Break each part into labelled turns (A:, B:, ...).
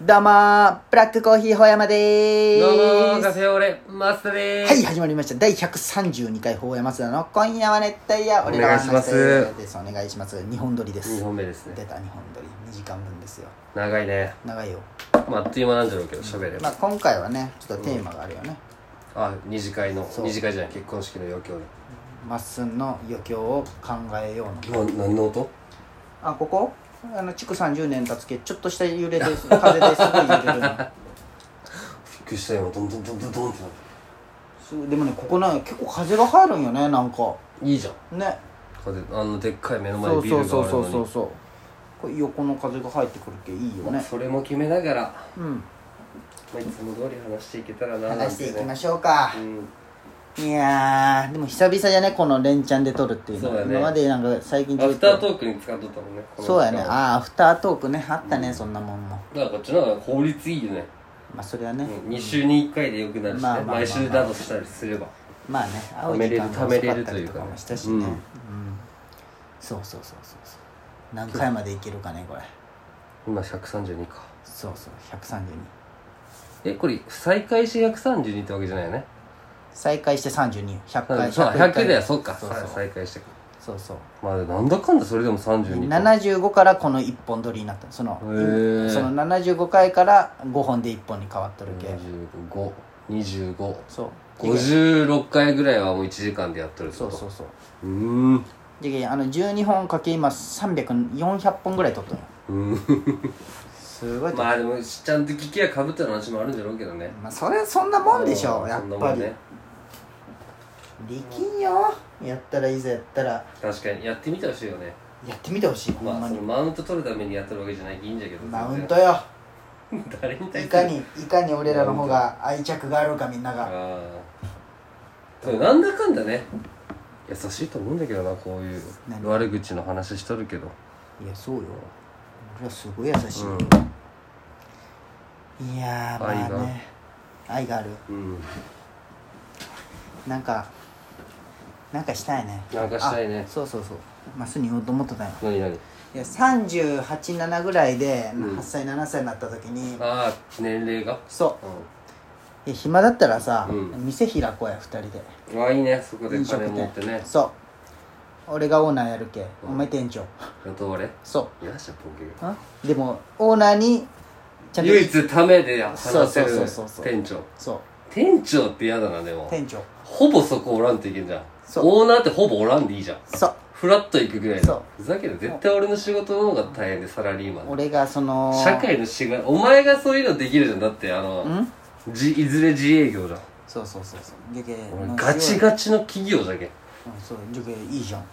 A: どうもーブラックコーヒーほやまでーす
B: どうも、カフェオレ、マスターでーす。
A: はい、始まりました。第132回、ほうや松田の今夜は熱帯夜、俺らは話したいです。お願いします。日本撮りです。
B: 2本目です
A: 出
B: ね。
A: た、日本撮り。2時間分ですよ。
B: 長いね。
A: 長いよ。
B: まあ、あっという間なんだろうけど、喋れ
A: ま
B: ば
A: あ。今回はね、ちょっとテーマがあるよね。
B: あ、二次会の、
A: そう
B: 二次会じゃない、結婚式の余興で。
A: まっすんの余興を考えようの。
B: 今、何の音
A: あ、ここあの、築30年経つけ、ちょっとした揺れです。風ですごい揺れる の。
B: びっくりしたよ。ドンドンドンドンドンってなっ
A: そうでもね、ここね、結構風が入るんよね、なんか。
B: たいいじゃん。
A: ね。
B: これで、あの、でっかい目の前
A: そ
B: に
A: う
B: ビ
A: そう
B: ールが
A: そ
B: あ
A: う
B: る
A: そう
B: の
A: そう
B: に。
A: そうこれ横の風が入ってくるけいいよ
B: まあ
A: ね
B: それも決めながら、ま
A: うん
B: あ、いつも通り話していけたらな。
A: 話していきま
B: し
A: しょうか
B: う、ん。
A: いやーでも久々じゃねこの連チャンで撮るっていうのは
B: そうだね
A: 今までなんか最近
B: アフター
A: ー
B: トークに使っとったもんね。この
A: そうやね
B: 時間は
A: ああアフタートークねあったね、そんなもんも
B: だからこっちの方が効率いいよね。
A: まあそれはね、
B: うん二週に一回でよくなるし
A: まあまあ
B: ね。
A: まあまあ
B: 毎週だとしたりすれば。
A: まあね青い
B: め
A: 時
B: れる
A: 間が遅かった
B: ためれ
A: り
B: る
A: と
B: という
A: か
B: かね
A: もしたしね、うん
B: うん
A: そうそうそうそうそう何回までいけるかねこれ
B: 今、132か。
A: そうそう132
B: えこれ再開して132ってわけじゃないよね
A: 再開して32100
B: そう
A: 回
B: 100だよそっ
A: っ
B: か
A: そうそう
B: 再開してか
A: そうそう
B: まあなんだかんだそれでも32か
A: 75からこの1本撮りになったその
B: へー
A: その75回から5本で1本に変わっとるけ、
B: 252556
A: そう
B: 回ぐらいはもう1時間でやっとるって
A: そ
B: こ
A: う
B: と
A: そうそう
B: うーんう
A: であの12本かけ今300400本ぐらい撮ったのよ
B: ーん
A: すごい撮っ
B: まあでもちゃんと聞きやかぶった話もあるんだろうけどね
A: まあ、それそんなもんでしょ
B: う
A: や
B: そ
A: っ
B: んなも
A: ぱ
B: ん
A: り、
B: ね
A: できんよやったらいいぜやったら
B: 確かにやってみてほしいよね
A: やってみてほしいほん
B: まあ
A: ま
B: そ
A: に
B: のマウント取るためにやってるわけじゃないきいいんじゃけど
A: マウン
B: 全
A: ト
B: 然
A: よ
B: 誰に対
A: い
B: する
A: かにいかに俺らの方が愛着があるかみんなが
B: ああでもなんだかんだね優しいと思うんだけどなこういう
A: 何
B: 悪口の話しとるけど
A: いやそうよ俺はすごい優しい、よいやーまあね愛がある
B: うん
A: なんかなんかしたいね
B: なんかしたいね
A: あそうそうそうまっすぐ言おうと思ってたよ
B: 何何
A: いや387ぐらいで
B: うん
A: 8歳7歳になった時に、
B: ああ年齢が
A: そうういや暇だったらさ、
B: うん
A: 店開こうや2人で
B: んああいいねそこで
A: 飲食
B: 金持ってね
A: 店そう俺がオーナーやるけ、
B: うん
A: お前店長
B: 雇われ
A: そ
B: いらっしゃポケ
A: うあでもオーナーにちゃんと
B: 唯一ためで話せる
A: そうそうそうそう
B: 店長
A: そう
B: 店長って嫌だなでも
A: 店長
B: ほぼそこおらんといけんじゃん
A: そう
B: オーナーってほぼおらんでいいじゃん
A: そう
B: フラッと行くぐらい
A: そ
B: のふざけんな絶対俺の仕事の方が大変でサラリーマンで
A: 俺がその
B: 社会の違いお前がそういうのできるじゃんだってあの
A: ん
B: じいずれ自営業じゃん
A: そうそうそうそうでけ
B: 俺ガチガチの企業じゃ
A: うん
B: けん
A: そうじゃけいいじゃん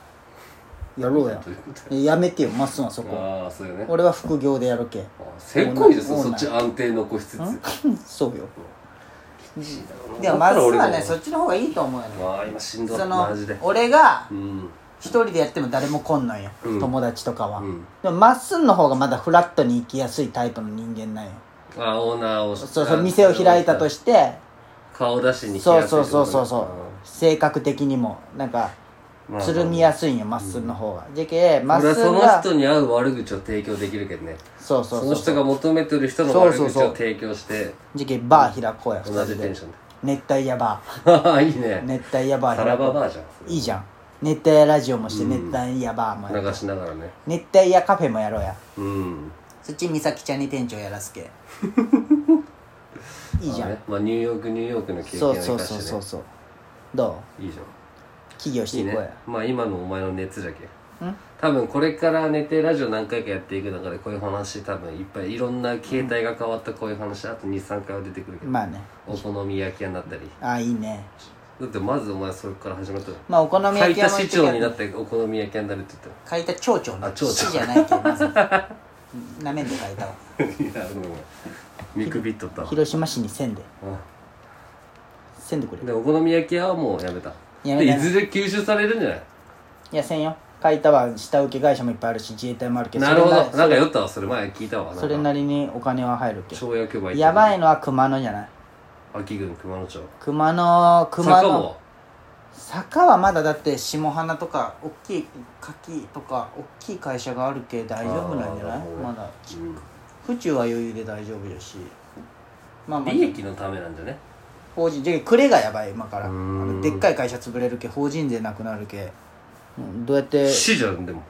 A: やろうや
B: ということ
A: えやめてよまっすんはそこ
B: ああそうよね
A: 俺は副業でやるけ
B: あーせっこいですよ
A: オー
B: そっ
A: ナー
B: ち安定残しつつ
A: うんそうよで
B: だ
A: も
B: っ
A: まっす
B: たら
A: ん
B: 俺
A: はねそ
B: も
A: っちの方がいいと思うよね
B: まあ今しんどい
A: その
B: マジで
A: 俺が
B: うん
A: 一人でやっても誰も来んのよ、
B: うん
A: 友達とかは、
B: うん
A: でもまっすんの方がまだフラットに行きやすいタイプの人間なんよ
B: あーオーナーを
A: そうそう店を開いたと
B: て
A: して
B: 顔出しに来
A: そ
B: や
A: う
B: すい
A: そうそうそう
B: って
A: そ
B: こ
A: う
B: とね
A: 性格的にもなんか
B: うんまあ
A: つるみやすいんよまっすんの方が、じゃけまっ
B: 俺は
A: す
B: そ
A: ん
B: の
A: が
B: 人に合う悪口を提供できるけどね
A: そうそう
B: そ
A: そう
B: の人が求めてる人の悪
A: そう
B: 口
A: そうそう
B: を提供して
A: じゃけバー開こうや
B: 同
A: 二
B: じ
A: 人
B: テン
A: で
B: ション
A: 熱帯夜バ
B: で いい
A: ー
B: ね
A: 熱帯夜バー
B: サ
A: 開
B: ラ
A: こ
B: バ
A: う
B: バーじゃんそれ
A: いいじゃん熱帯夜ラジオもして、
B: うん
A: 熱帯夜バーもやる
B: 流しながらね
A: 熱帯夜カフェもやろうや
B: うん
A: そっち美咲ちゃんに店長やらす けいいじゃん、
B: まあねまあニューヨークニューヨークの経験
A: そ
B: を
A: う
B: 生かして、
A: そう
B: ね、
A: そうそうそうど
B: いいじゃ
A: う起業して
B: ん
A: い
B: いい
A: こ
B: ね
A: うや
B: まあ今のお前の熱じゃけ
A: ん
B: 多分これから寝てラジオ何回かやっていく中でこういう話多分いっぱいいろんな形態が変わったこういう話あと23回は出てくるけど、
A: まあね
B: お好み焼き屋になったり
A: ああいいね
B: だってまずお前それから始まったの
A: まあお好み焼
B: 最
A: き屋
B: 多
A: も
B: 市
A: 行
B: 長
A: って
B: になってお好み焼き屋になるって
A: 書いた蝶々ね
B: あ蝶々
A: 死じゃないけどま ずなめんで書いたわ
B: 言ったいやごめんごめん見くびっとったわ
A: 広島市にせんでせんでくれ
B: うんでお好み焼き屋はもうやめた
A: やめた
B: でいずれ吸収されるんじゃない
A: いやせんよ書いたは下請け会社もいっぱいあるし自衛隊もあるけど
B: なるほど
A: それ
B: なん
A: な
B: か酔ったわそれ前聞いたわ
A: それ
B: なん
A: なりにお金は入る
B: か
A: け
B: 町役場行った
A: やばいのは熊野じゃない
B: 秋郡熊野町
A: 熊野熊
B: 坂
A: 野
B: も
A: 坂はまだだって下花とか大きい柿とか大きい会社があるけ大丈夫なんじゃない
B: あーなるほど
A: まだ
B: うん
A: 府中は余裕で大丈夫やしまあまあ
B: 利益のためなんじゃね
A: 法人じゃクレがやばい今からあ
B: うーん
A: のでっかい会社潰れるけ法人税なくなるけうんどうやって
B: 死じゃんでも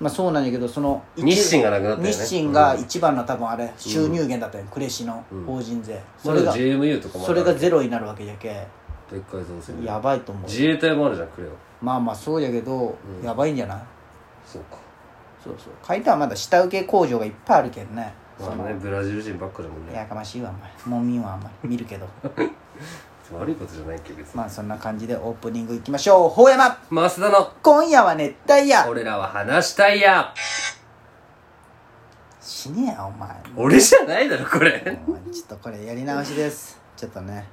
A: まあそうなんやけどその一
B: 日清がなくなったよね
A: 日清が一番の多分あれ収入源だったよ、呉市の
B: うん
A: 法人税、
B: ま
A: それ
B: だ
A: が
B: JMU とかもあ
A: そ
B: る
A: れ
B: から
A: がゼロになるわけじゃけ
B: でっかい造船
A: やばいと思う
B: 自衛隊もあるじゃんクレオ
A: まあまあそうやけど、
B: うん
A: やばいんじゃない
B: そうか
A: そうそう書いてはまだ下請け工場がいっぱいあるけんね
B: まあねブラジル人ばっかだもんね
A: やかましいわお前もう見んわあんまり見るけど
B: 悪いことじゃないけど別に
A: まあそんな感じでオープニングいきましょうほうやま
B: 増田の
A: 今夜は熱帯夜
B: 俺らは話したいや
A: 死ねやお前
B: 俺じゃないだろこれ
A: お前ちょっとこれやり直しですちょっとね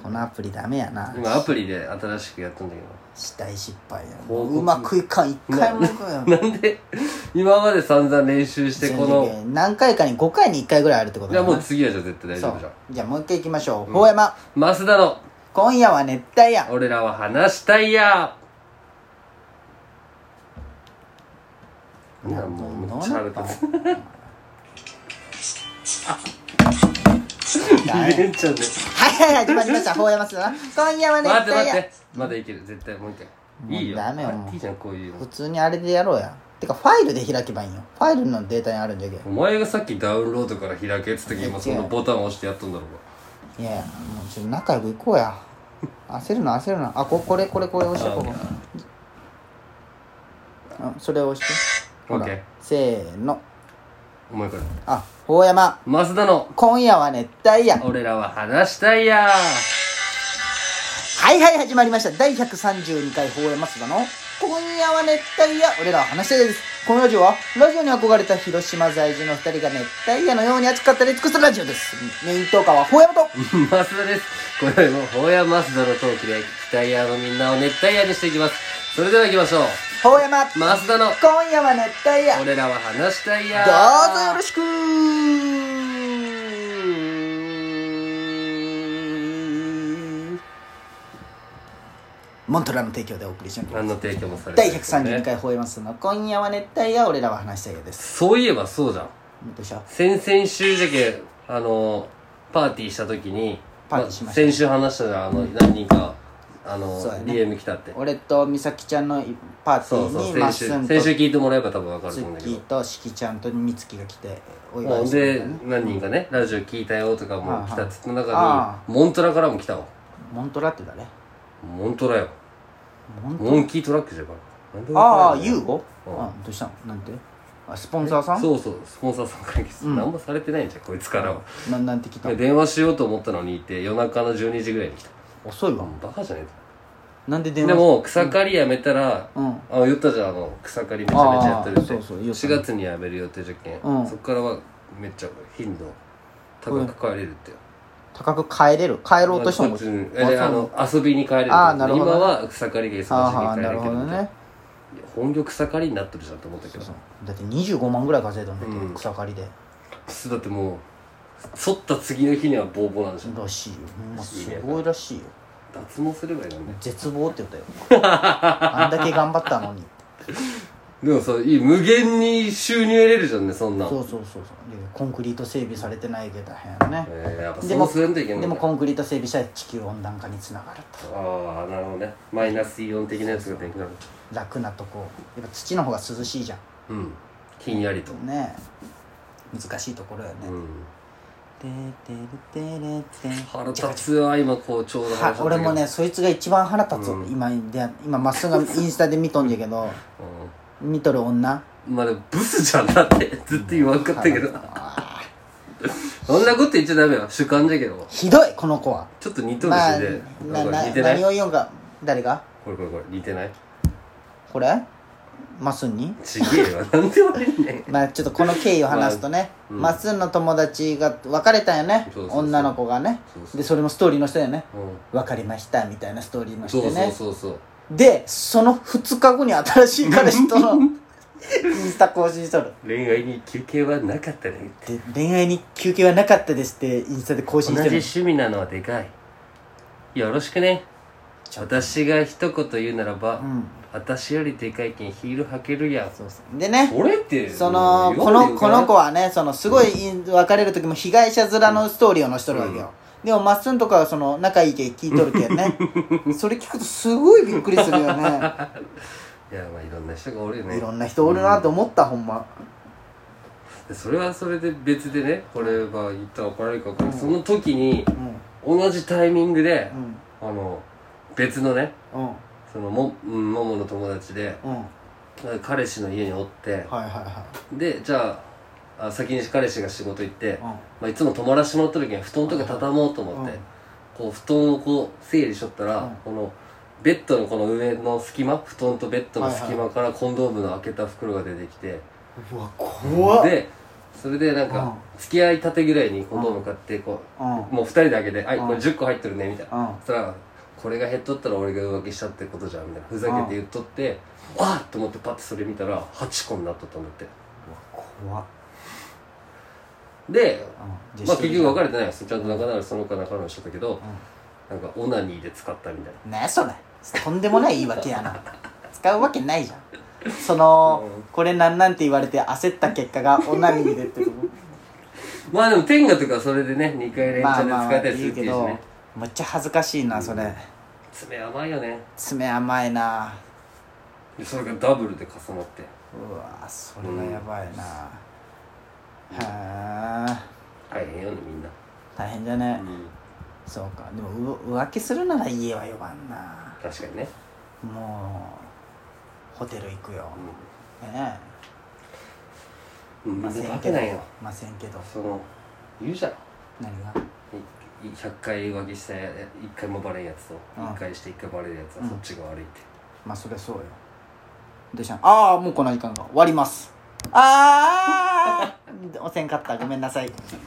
A: このアプリダメやな
B: 今アプリで新しくやったんだけ
A: 死体失敗や
B: 報告
A: うまくいかん一回もいかんや
B: どなんで今まで散々練習してこの
A: 何回かに5回に1回ぐらいあるってこと
B: じゃあもう
A: な
B: 次はじゃあ絶対大
A: そ
B: 丈
A: う
B: 夫じゃん
A: じゃあもう一回いきましょう大山
B: 増田の
A: 今夜は熱帯夜
B: 俺らは話したいやいやもうめっちゃ
A: な
B: 腹
A: んか
B: 立
A: どうなったん
B: つリベンジャ ーで
A: はいはいはい、始まりました。ほうやますだな。今夜はね、
B: 待って待っ
A: や
B: てまだいける絶対もう一
A: もう
B: 回いいよ
A: ダメよもう
B: いいじゃんこういう
A: 普
B: の
A: 通にあれでやろうや。てか、ファイルで開けばいいんよ。ファイルのデータにあるんじゃけ。
B: お前がさっきダウンロードから開けっつった時今そのボタン押してやっとんだろう
A: い
B: が
A: やいや、もうちょっと仲良く行こうや。焦るな、焦るな。あ、ここれ、これ、これ押して、ここ。あ、それを押して。ほら
B: OK。
A: せーの。
B: お前から
A: あ、ほうやま。
B: 増田の
A: 今夜は熱帯夜。
B: 俺らは話したいや
A: はいはい、始まりました。第132回放映ますだの。今夜は熱帯夜、俺らは話したいです。このラジオは、ラジオに憧れた広島在住の二人が熱帯夜のように熱かったり尽くすラジオです。メイントーカーは放山と。
B: 増田です今宵もほうや増田のトークで期待やのみんなを熱帯夜にしていきますそれでは行きましょう
A: 放山、
B: 増田の
A: 今夜は熱帯夜、ど
B: 俺らは話したいや
A: うぞよろ
B: し
A: しくモントラの提供でお送りしております。
B: 何の提供もされて
A: 第
B: ない
A: 132回放映ますだの。今夜は熱帯夜、俺らは話したいです。
B: そういえばそうじゃん
A: どうした
B: 先々週じゃけあのパーティーした時に
A: パーティーしました
B: 先週話したじゃんあの何人かあの、
A: そうやね
B: DM 来たって
A: 俺と美咲ちゃんのパーテ
B: そ
A: ィ
B: うそう
A: ーにまっ
B: 先
A: す
B: 週
A: んと
B: 先週聞いてもらえば多分わかる
A: ツ
B: と思う
A: ッ
B: んだ
A: キ
B: けど
A: ーとしきちゃんとみつきが来てお祝
B: も
A: いうしてくれ
B: で
A: たね
B: 何人かねラジオ聞いたよとかも来たっつった中
A: あ
B: にモントラからも来たわ
A: モントラって誰
B: モントラよ
A: モント
B: モンキートラックじゃからなんで
A: ああ
B: わかんないの
A: ユーゴ
B: う
A: うんんどうしたのなんてあスポンサーさん
B: そうそうスポンサーさんから来て
A: うん
B: 何もされてないんじゃんこいつからは
A: ななんて来た
B: で
A: の
B: 電話しようと思ったのにいて夜中の12時ぐらいに来た
A: 遅いわ
B: バカじゃねえと
A: なんで電話
B: でも草刈りやめたら、
A: うん
B: あ言ったじゃんあの草刈りめちゃめちゃやってるって
A: あーそうそう言った
B: 4
A: ね
B: 月にやめる予定じゃけん、
A: うん
B: そっからはめっちゃ頻度高く帰れるってよ
A: 高く帰れる帰ろうとして
B: ま
A: も
B: あこっちにえ
A: あそう
B: あの遊びに帰れる
A: あーなるほどね
B: 今は草刈りが忙しい
A: あ
B: か
A: あ
B: ら帰れ
A: な
B: る
A: る
B: け
A: ほ
B: ど
A: どね
B: いや本業草刈りになってるじゃんと思ったけど
A: そうだって25万ぐらい稼いだんだって
B: うん
A: 草刈りで
B: だってもう剃った次の日にはボーボーなんでしょ
A: らしいよほんますごいらしいよ
B: 脱毛すればいいのね
A: 絶望って言ったよ あんだけ頑張ったのに
B: でもさいい無限に収入得れるじゃんねそんなん
A: そうそうそうそうでコンクリート整備されてないけど大変やね、
B: えー、やっぱ
A: で
B: そう
A: も
B: するんといけないん
A: で
B: だ
A: もコンクリート整備したら地球温暖化につながると
B: ああなるほどねマイナスイオン的なやつができなる
A: 楽なとこやっぱ土の方が涼しいじゃ
B: うんひんやりと
A: んねえ難しいところよね、
B: うん
A: てーてーてーてーてー
B: 腹立つわ今校長の話だった
A: は
B: けど
A: 俺もねそいつが一番腹立つ、
B: うん
A: 今で今まっすぐインスタで見とんじゃけど見とる女
B: うんまあでもブスじゃんだって ずっと言わんかったけど、
A: あー
B: そんなこと言っちゃダメよ主観じゃけど
A: ひどいこの子は
B: ちょっと似とるし
A: まあ
B: ね、
A: な
B: これ
A: な
B: 似てない
A: 何を言うんか誰が
B: これこれこれ似てない
A: これマスンに
B: ちげえわ なんで俺にね
A: まあちょっとこの経緯を話すとね、
B: まあうん
A: まっすんの友達が別れたんよね
B: そうそうそう
A: 女の子がね
B: そうそう
A: でそれもストーリーの人よね
B: うん
A: 別れましたみたいなストーリーの人
B: そ
A: ね
B: うそうそうそう
A: でその2日後に新しい彼氏との インスタ更新しとる
B: 恋愛に休憩はなかったね
A: で恋愛に休憩はなかったですってインスタで更
B: 同
A: 新
B: じ
A: してる
B: 趣味なのはでかいよろしくね
A: ちょっ
B: 私が一言言うならば、
A: うん
B: 私よりでかいけんヒール履けるやん
A: そうそうでね
B: 俺って
A: その
B: 言
A: こ
B: わんで
A: の
B: よく
A: こ
B: ない
A: の子はねそのすごい別れる時も被害者面のストーリーを載せとるわけよ、でもまっすんとかはその仲いいけ聞いとるけんね それ聞くとすごいびっくりするよね
B: いやまあいろんな人がおるよ ね
A: いろんな人おるなと思った、ほんま
B: でそれはそれで別でねこれは言ったら怒られるか分かんない、その時に
A: うん
B: 同じタイミングで
A: う、ん
B: あの別のね
A: うん
B: そのもうんももの友達で
A: うんはい
B: 彼氏の家におって
A: はいは
B: でじゃああ先に彼氏が仕事行って
A: い、うん
B: まあ、いつも泊まらしてもらった時に布団とか畳もうと思って、
A: うん
B: こう布団をこう整理しとったら、
A: うん
B: このベッドのこの上の隙間布団とベッドの隙間からコンドームの開けた袋が出てきて、
A: うわ怖っ
B: でそれでな
A: う
B: ん
A: ん
B: か付き合いたてぐらいにコンドーム買ってこ
A: うん
B: うもう2人で開けて「はい
A: うん
B: これ10個入ってるね」みたいな
A: うん
B: そしたら「これが減っとったら俺が浮気したってことじゃん」みたいなふざけて言っとって「わっ!」と思ってパッてそれ見たら8個になっとったんだって
A: 怖っ、
B: で
A: うん
B: まあ結局別
A: る
B: れてないですちゃんと仲直りその子は仲直りしとったけど、なんかオナニーで使ったみたいな
A: ねそれとんでもない言い訳やな使うわけないじゃんその、
B: うん
A: これなんなんて言われて焦った結果がオナニーで ってこと
B: まあでも天下とかそれでね2回連チ
A: ま
B: ャ
A: あ
B: ンで
A: まあ
B: 使
A: ま
B: っ
A: あ
B: たりす
A: い
B: るっ
A: い
B: て
A: け
B: いうしね、
A: どめっちゃ恥ずかしいなそれ、
B: 爪甘いよね
A: 爪甘いな
B: でそれがダブルで重なって
A: うわそれはやばいな、はあ
B: 大変よねみんな、
A: 大変だね、
B: うん
A: そうかでもう浮気するなら家は呼ばんな
B: 確かにね、
A: もうホテル行くよ、ね
B: う
A: え
B: んうん、
A: ま
B: ま
A: せ
B: ず
A: ん
B: わ
A: け
B: け
A: ど
B: ないよ
A: ませんけど
B: その言うじゃん
A: 何が
B: いい100回浮気したや1回もバレんやつと
A: うん
B: 1回して1回バレるやつ
A: う
B: は
A: ん
B: そっちが悪いって、
A: まあそりゃそうよどうしたんああ もうこの時間が終わりますああおせんかったごめんなさい